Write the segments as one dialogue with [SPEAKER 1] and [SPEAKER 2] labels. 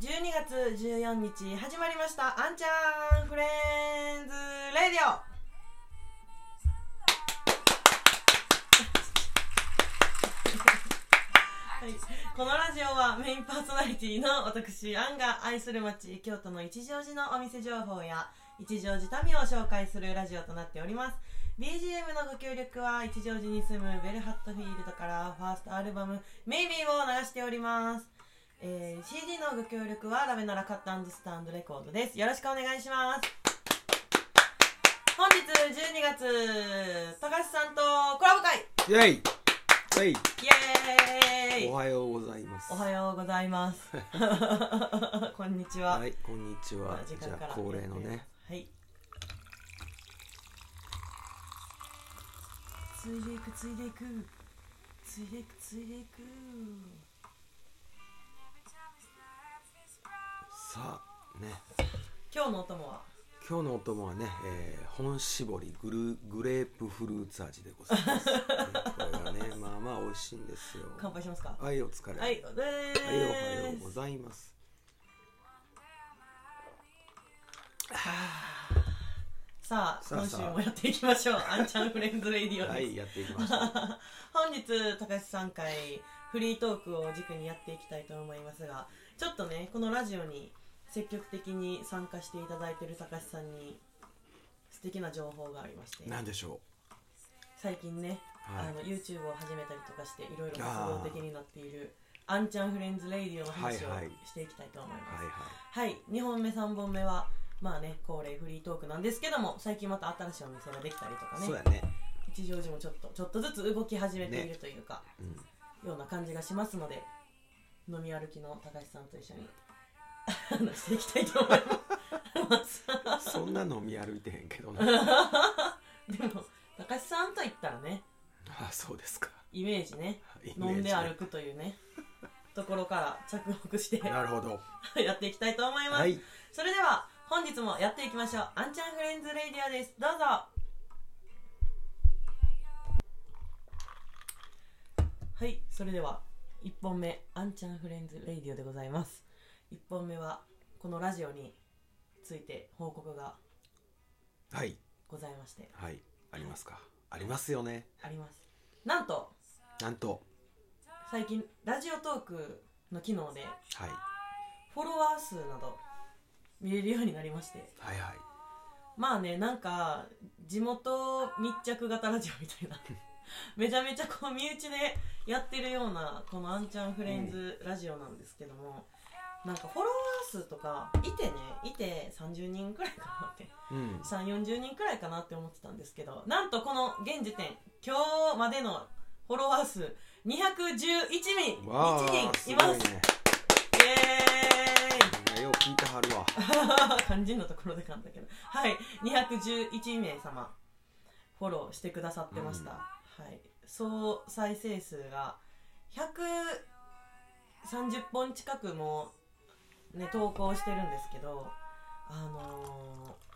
[SPEAKER 1] 12月14日始まりました「あんちゃんフレンズレディオ」はい、このラジオはメインパーソナリティの私アンが愛する街京都の一乗寺のお店情報や一乗寺民を紹介するラジオとなっております BGM のご協力は一乗寺に住むベルハットフィールドからファーストアルバム「メイビーを流しております、えー CD のご協力はラベナラカットアンドスタンドレコードですよろしくお願いします本日12月高橋さんとコラボ会
[SPEAKER 2] イェイは
[SPEAKER 1] イ
[SPEAKER 2] い
[SPEAKER 1] エーイ
[SPEAKER 2] おはようございます
[SPEAKER 1] おはようございます。 こんにちは。
[SPEAKER 2] はいこんにちは
[SPEAKER 1] 時
[SPEAKER 2] じ
[SPEAKER 1] 間
[SPEAKER 2] ゃ
[SPEAKER 1] から
[SPEAKER 2] あ恒例のね。
[SPEAKER 1] はい。ついでいくついでいくついでいくついでいく。
[SPEAKER 2] さあね
[SPEAKER 1] 今日のお供は
[SPEAKER 2] 今日のお供はね、えー本搾りグルグレープフルーツ味でござい ます、ねこれがねまあまあ美味しいんですよ
[SPEAKER 1] 乾杯しますか。
[SPEAKER 2] はいお疲れ
[SPEAKER 1] はい、おで
[SPEAKER 2] はいおはよ
[SPEAKER 1] ー
[SPEAKER 2] うご
[SPEAKER 1] す。
[SPEAKER 2] ざいます
[SPEAKER 1] さあ
[SPEAKER 2] さあ
[SPEAKER 1] 今週
[SPEAKER 2] さあ
[SPEAKER 1] もやっていきま しょう。あんちゃんフレンズレディオです。
[SPEAKER 2] はいやっていきましょう
[SPEAKER 1] 本日高橋さん会フリートークを軸にやっていきたいと思いますがちょっとねこのラジオに積極的に参加していただいている高橋さんに素敵な情報がありまして
[SPEAKER 2] 何でしょ
[SPEAKER 1] 最近ね、
[SPEAKER 2] はい
[SPEAKER 1] あの YouTube を始めたりとかしていろいろ活動的になっている「あんちゃんフレンズ・レイディオ」の話を
[SPEAKER 2] はいはい
[SPEAKER 1] していきたいと思いうます。
[SPEAKER 2] はいはい
[SPEAKER 1] はい、2本目3本目はまあね恒例フリートークなんですけども最近また新しいお店ができたりとか
[SPEAKER 2] そう
[SPEAKER 1] ね
[SPEAKER 2] やね、
[SPEAKER 1] 一乗寺もちょっとちょっとずつ動き始めているというか、
[SPEAKER 2] うん、
[SPEAKER 1] ような感じがしますので飲み歩きの高橋さんと一緒に 話していきたいと思います
[SPEAKER 2] そんな飲み歩いてへんけど な
[SPEAKER 1] でも高橋さんと言ったらね
[SPEAKER 2] あそうですか
[SPEAKER 1] イメージね
[SPEAKER 2] イメージね
[SPEAKER 1] 飲んで歩くというねところから着目して
[SPEAKER 2] なるほど
[SPEAKER 1] やっていきたいと思います、
[SPEAKER 2] はい
[SPEAKER 1] それでは本日もやっていきましょう「あんちゃんフレンズ・レイディオ」ですどうぞはいそれでは1本目「あんちゃんフレンズ・レイディオ」でございます1本目はこのラジオについて報告が
[SPEAKER 2] はい
[SPEAKER 1] ございまして
[SPEAKER 2] はいありますかありますよね
[SPEAKER 1] ありますなんと
[SPEAKER 2] なんと
[SPEAKER 1] 最近ラジオトークの機能で
[SPEAKER 2] はい
[SPEAKER 1] フォロワー数など見れるようになりまして
[SPEAKER 2] はいはい
[SPEAKER 1] まあねなんか地元密着型ラジオみたいなめちゃめちゃこう身内でやってるようなこの「あんちゃんフレンズ」ラジオなんですけども、なんかフォロワー数とかいてねいて30人くらいかなって
[SPEAKER 2] うん
[SPEAKER 1] 3 4 0人くらいかなって思ってたんですけどなんとこの現時点今日までのフォロワー数211人
[SPEAKER 2] わあ
[SPEAKER 1] 1人い
[SPEAKER 2] ご
[SPEAKER 1] ます
[SPEAKER 2] いね
[SPEAKER 1] イエーイ
[SPEAKER 2] みんなよう聞いてはるわ
[SPEAKER 1] 肝心のところで噛んだけどはい211名様フォローしてくださってました、はい総再生数が130本近くもね投稿してるんですけどあのー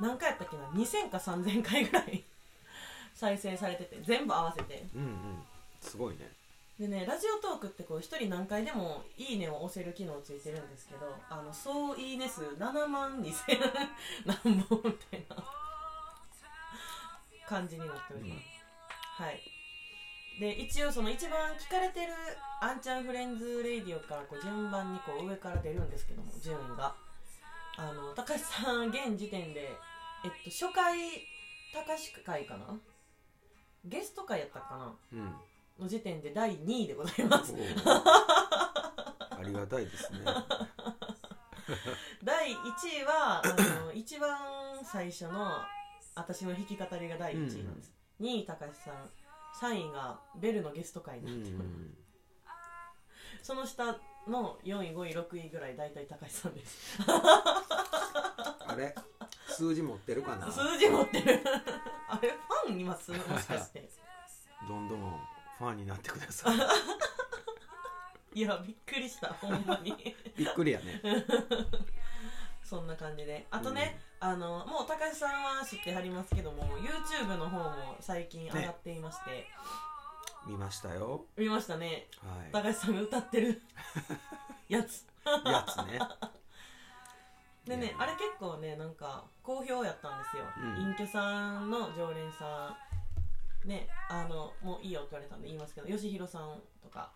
[SPEAKER 1] 何回やったっけな2000か3000回ぐらい 再生されてて全部合わせて
[SPEAKER 2] うんうんすごいね
[SPEAKER 1] でねラジオトークってこう一人何回でも「いいね」を押せる機能ついてるんですけどあの総いいね数7万2000何本みたいな感じになっております、はいで一応その一番聞かれてる「あんちゃんフレンズレイディオ」からこう順番にこう上から出るんですけども順位があの高橋さん現時点でえっと初回高橋会かなゲスト会やったかな
[SPEAKER 2] うん
[SPEAKER 1] の時点で第2位でござい ます
[SPEAKER 2] おーありがたいですね
[SPEAKER 1] 第1位はあの一番最初の私の弾き語りが第1位なんです、2位高橋さん3位がベルのゲスト会に
[SPEAKER 2] う
[SPEAKER 1] なってます、
[SPEAKER 2] ん
[SPEAKER 1] その下の4位5位6位ぐらい大体高橋さんです
[SPEAKER 2] あれ数字持ってるかな
[SPEAKER 1] 数字持ってる あれファンいますもしかして
[SPEAKER 2] どんどんファンになってください
[SPEAKER 1] いやびっくりしたほんまに
[SPEAKER 2] びっくりやね
[SPEAKER 1] そんな感じであとね、あのもう高橋さんは知ってはりますけども YouTube の方も最近上がっていまして、
[SPEAKER 2] 見ましたよ
[SPEAKER 1] 見ましたね
[SPEAKER 2] は
[SPEAKER 1] 高橋さんが歌って るやつ
[SPEAKER 2] いやつね
[SPEAKER 1] でね
[SPEAKER 2] ね
[SPEAKER 1] あれ結構ねなんか好評やったんですよ、
[SPEAKER 2] うん
[SPEAKER 1] 隠居さんの常連さんねあのもういいよって言われたんで言いますけどよしひろさんとか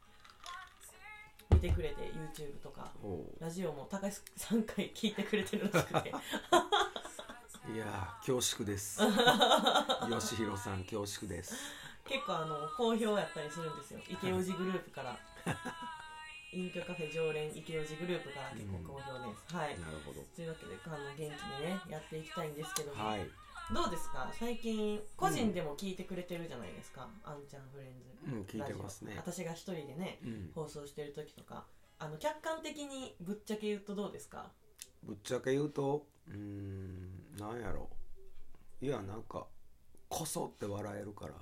[SPEAKER 1] 見てくれて YouTube とか
[SPEAKER 2] おう
[SPEAKER 1] ラジオも高橋さん回聞いてくれてるらし くて
[SPEAKER 2] いやー恐縮です 吉弘さん恐縮です
[SPEAKER 1] 結構あの好評やったりするんですよ池王子グループから 隠居カフェ常連池王子グループから結構好評です、はい
[SPEAKER 2] なるほど
[SPEAKER 1] というわけであの元気にねやっていきたいんですけども、
[SPEAKER 2] はい
[SPEAKER 1] どうですか最近個人でも聞いてくれてるじゃないですか、あんちゃんフレンズ
[SPEAKER 2] うん聞いてますね
[SPEAKER 1] ラジオ私が一人でね
[SPEAKER 2] うん
[SPEAKER 1] 放送してる時とかあの客観的にぶっちゃけ言うとどうですか
[SPEAKER 2] ぶっちゃけ言うとうーんなんやろいやなんかこそって笑える から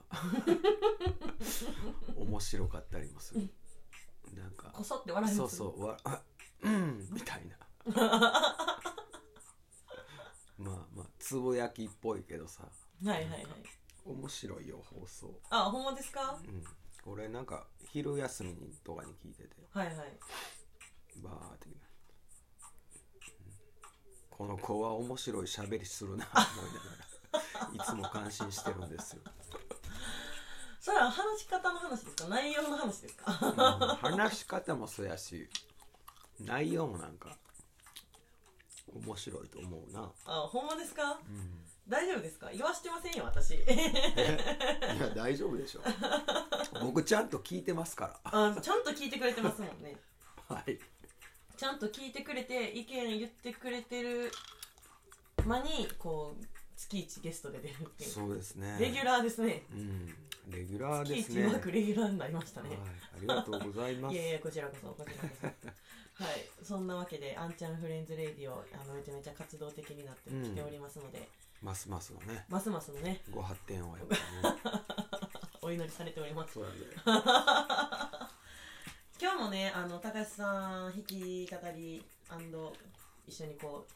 [SPEAKER 2] 面白かったりもするなんか
[SPEAKER 1] こそって笑い
[SPEAKER 2] そ
[SPEAKER 1] ま
[SPEAKER 2] う
[SPEAKER 1] す
[SPEAKER 2] そうわあうんみたいな まあまあつぶやきっぽいけどさ
[SPEAKER 1] はいはいはい
[SPEAKER 2] 面白いよ放送
[SPEAKER 1] あほんまですか
[SPEAKER 2] うん俺なんか昼休みとかに聞いてて
[SPEAKER 1] はいはい
[SPEAKER 2] バーって、うんこの子は面白い喋 りするな思いながらいつも感心してるんで すよ、
[SPEAKER 1] それは話し方の話ですか内容の話です
[SPEAKER 2] う
[SPEAKER 1] か
[SPEAKER 2] ん話し方もそうやし内容もなんか面白いと思うな、
[SPEAKER 1] あほんまですか
[SPEAKER 2] うん
[SPEAKER 1] 大丈夫ですか言わしてませんよ私
[SPEAKER 2] いや大丈夫でしょ僕ちゃんと聞いてますか
[SPEAKER 1] あちゃんと聞いてくれてますもんね
[SPEAKER 2] らはい
[SPEAKER 1] ちゃんと聞いてくれて意見言ってくれてる間にこう月一ゲストで出るっていう
[SPEAKER 2] そうですね
[SPEAKER 1] レギュラーですね
[SPEAKER 2] うんレギュラーで
[SPEAKER 1] 月
[SPEAKER 2] す
[SPEAKER 1] 一
[SPEAKER 2] ね
[SPEAKER 1] うまくレギュラーになりましたね
[SPEAKER 2] はい、ありがとうござい ま
[SPEAKER 1] い
[SPEAKER 2] す
[SPEAKER 1] やいやこちらこそこちらこそ はいそんなわけで「あんちゃんフレンズレディオ」あのめちゃめちゃ活動的になってきておりますので、
[SPEAKER 2] ますますのね
[SPEAKER 1] ますますのね
[SPEAKER 2] ご発展をやっぱりね
[SPEAKER 1] お祈りされております
[SPEAKER 2] そうやね
[SPEAKER 1] 今日もねあの高橋さん弾き語り一緒にこ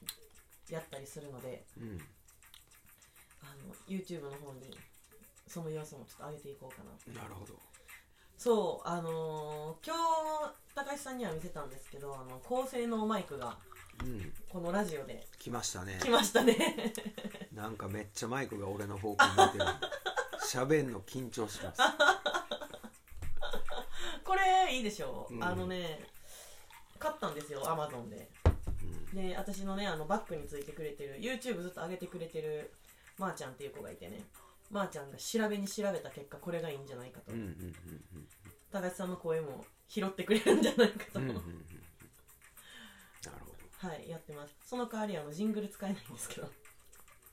[SPEAKER 1] うやったりするので
[SPEAKER 2] うん
[SPEAKER 1] あの YouTube の方にその様子もちょっと上げていこうかな
[SPEAKER 2] なるほど。
[SPEAKER 1] そうあのー今日高橋さんには見せたんですけどあの高性能マイクが
[SPEAKER 2] うん。
[SPEAKER 1] このラジオで
[SPEAKER 2] 来ましたね。
[SPEAKER 1] 来ましたね
[SPEAKER 2] なんかめっちゃマイクが俺の方向向いて る。喋んの緊張します。
[SPEAKER 1] これいいでしょう、
[SPEAKER 2] うん
[SPEAKER 1] あのね買ったんですよ Amazon で
[SPEAKER 2] うん
[SPEAKER 1] で私のねあのバッグについてくれてる YouTube ずっと上げてくれてるまー、ちゃんっていう子がいてねまー、ちゃんが調べに調べた結果これがいいんじゃないかと、
[SPEAKER 2] うんうん
[SPEAKER 1] 高橋さんの声も拾ってくれるんじゃないかと、
[SPEAKER 2] うんうんうんうんうんうん。なるほど。
[SPEAKER 1] はいやってますその代わりあのジングル使えないんですけど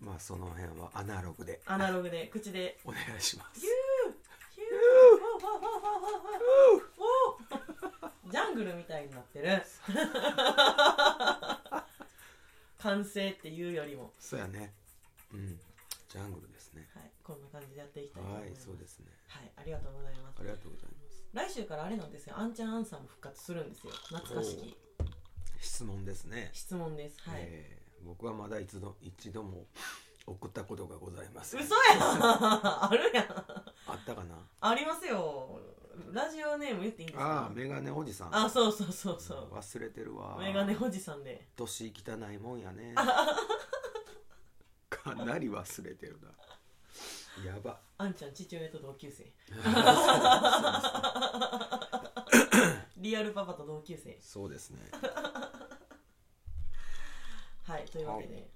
[SPEAKER 2] まあその辺はアナログで
[SPEAKER 1] アナログで口で
[SPEAKER 2] お願いします。
[SPEAKER 1] ヒューわわわわわわおジャングルみたいになってる完成っていうよりも、
[SPEAKER 2] そうやね。うん。ジャングルですね。
[SPEAKER 1] はい、こんな感じでやっていきたいと思い
[SPEAKER 2] はい
[SPEAKER 1] ま、す
[SPEAKER 2] そうですね。
[SPEAKER 1] はいありがとうございま
[SPEAKER 2] ありがとうござい
[SPEAKER 1] す来週からあれなんですよあんちゃんあんさんも復活するんですよ懐かしき
[SPEAKER 2] ます。質問ですね。
[SPEAKER 1] 質問ですはい、
[SPEAKER 2] えー僕はまだ一度一度も送ったことがございません。
[SPEAKER 1] 嘘やんあるやん
[SPEAKER 2] あったかな。
[SPEAKER 1] ありますよラジオネーム言っていいんです
[SPEAKER 2] ああ
[SPEAKER 1] か
[SPEAKER 2] メガネおじさん。
[SPEAKER 1] あそうそうそうそう
[SPEAKER 2] 忘れてるわ
[SPEAKER 1] メガネおじさんで
[SPEAKER 2] 年汚いもんやね かなり忘れてるなやば
[SPEAKER 1] あんちゃん父親と同級生リアルパパと同級生
[SPEAKER 2] そうですね
[SPEAKER 1] はいというわけで、
[SPEAKER 2] はい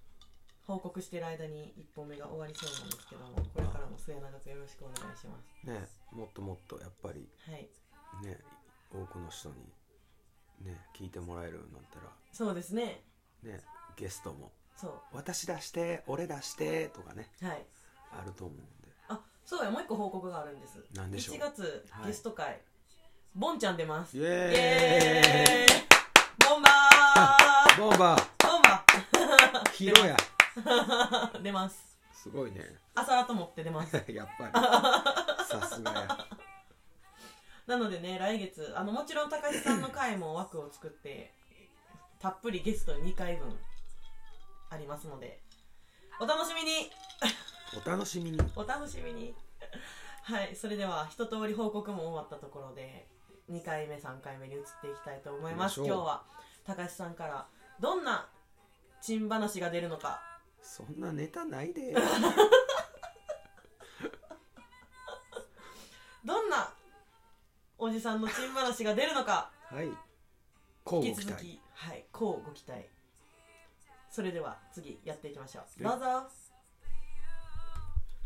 [SPEAKER 1] 報告してる間に1本目が終わりそうなんですけどもこれからも末永くよろしくお願いしま
[SPEAKER 2] ねもっともっとやっぱり
[SPEAKER 1] すはい
[SPEAKER 2] ね多くの人にね聞いてもらえるようになった
[SPEAKER 1] そうですね
[SPEAKER 2] らねゲストも
[SPEAKER 1] そ
[SPEAKER 2] 「私出して俺出して」とかね
[SPEAKER 1] うはい
[SPEAKER 2] あると思うんで
[SPEAKER 1] あそうやもう1個報告があるんです
[SPEAKER 2] 何でしょう
[SPEAKER 1] 1月
[SPEAKER 2] はい
[SPEAKER 1] ゲスト会、ボンちゃん出ます
[SPEAKER 2] イ
[SPEAKER 1] イ
[SPEAKER 2] エ
[SPEAKER 1] エ
[SPEAKER 2] ーイ
[SPEAKER 1] ーイボンバー
[SPEAKER 2] ボンバー
[SPEAKER 1] ボンバ
[SPEAKER 2] ヒロ
[SPEAKER 1] ー
[SPEAKER 2] や
[SPEAKER 1] 出ます
[SPEAKER 2] すごいね
[SPEAKER 1] 朝と持って出ます
[SPEAKER 2] やっぱりさすがや
[SPEAKER 1] なのでね来月あのもちろん高橋さんの回も枠を作ってたっぷりゲスト2回分ありますのでお楽しみに
[SPEAKER 2] お楽しみに
[SPEAKER 1] お楽しみに はい、それでは一通り報告も終わったところで2回目3回目に移っていきたいと思います今
[SPEAKER 2] 行きましょう
[SPEAKER 1] 日は高橋さんからどんなチン話が出るのか
[SPEAKER 2] そんなネタないで
[SPEAKER 1] どんなおじさんのチン話が出るのか
[SPEAKER 2] はいこう
[SPEAKER 1] 引
[SPEAKER 2] ご
[SPEAKER 1] き
[SPEAKER 2] 期
[SPEAKER 1] 続
[SPEAKER 2] 待
[SPEAKER 1] きはいこうご期待それでは次やっていきましょうど
[SPEAKER 2] は
[SPEAKER 1] うぞ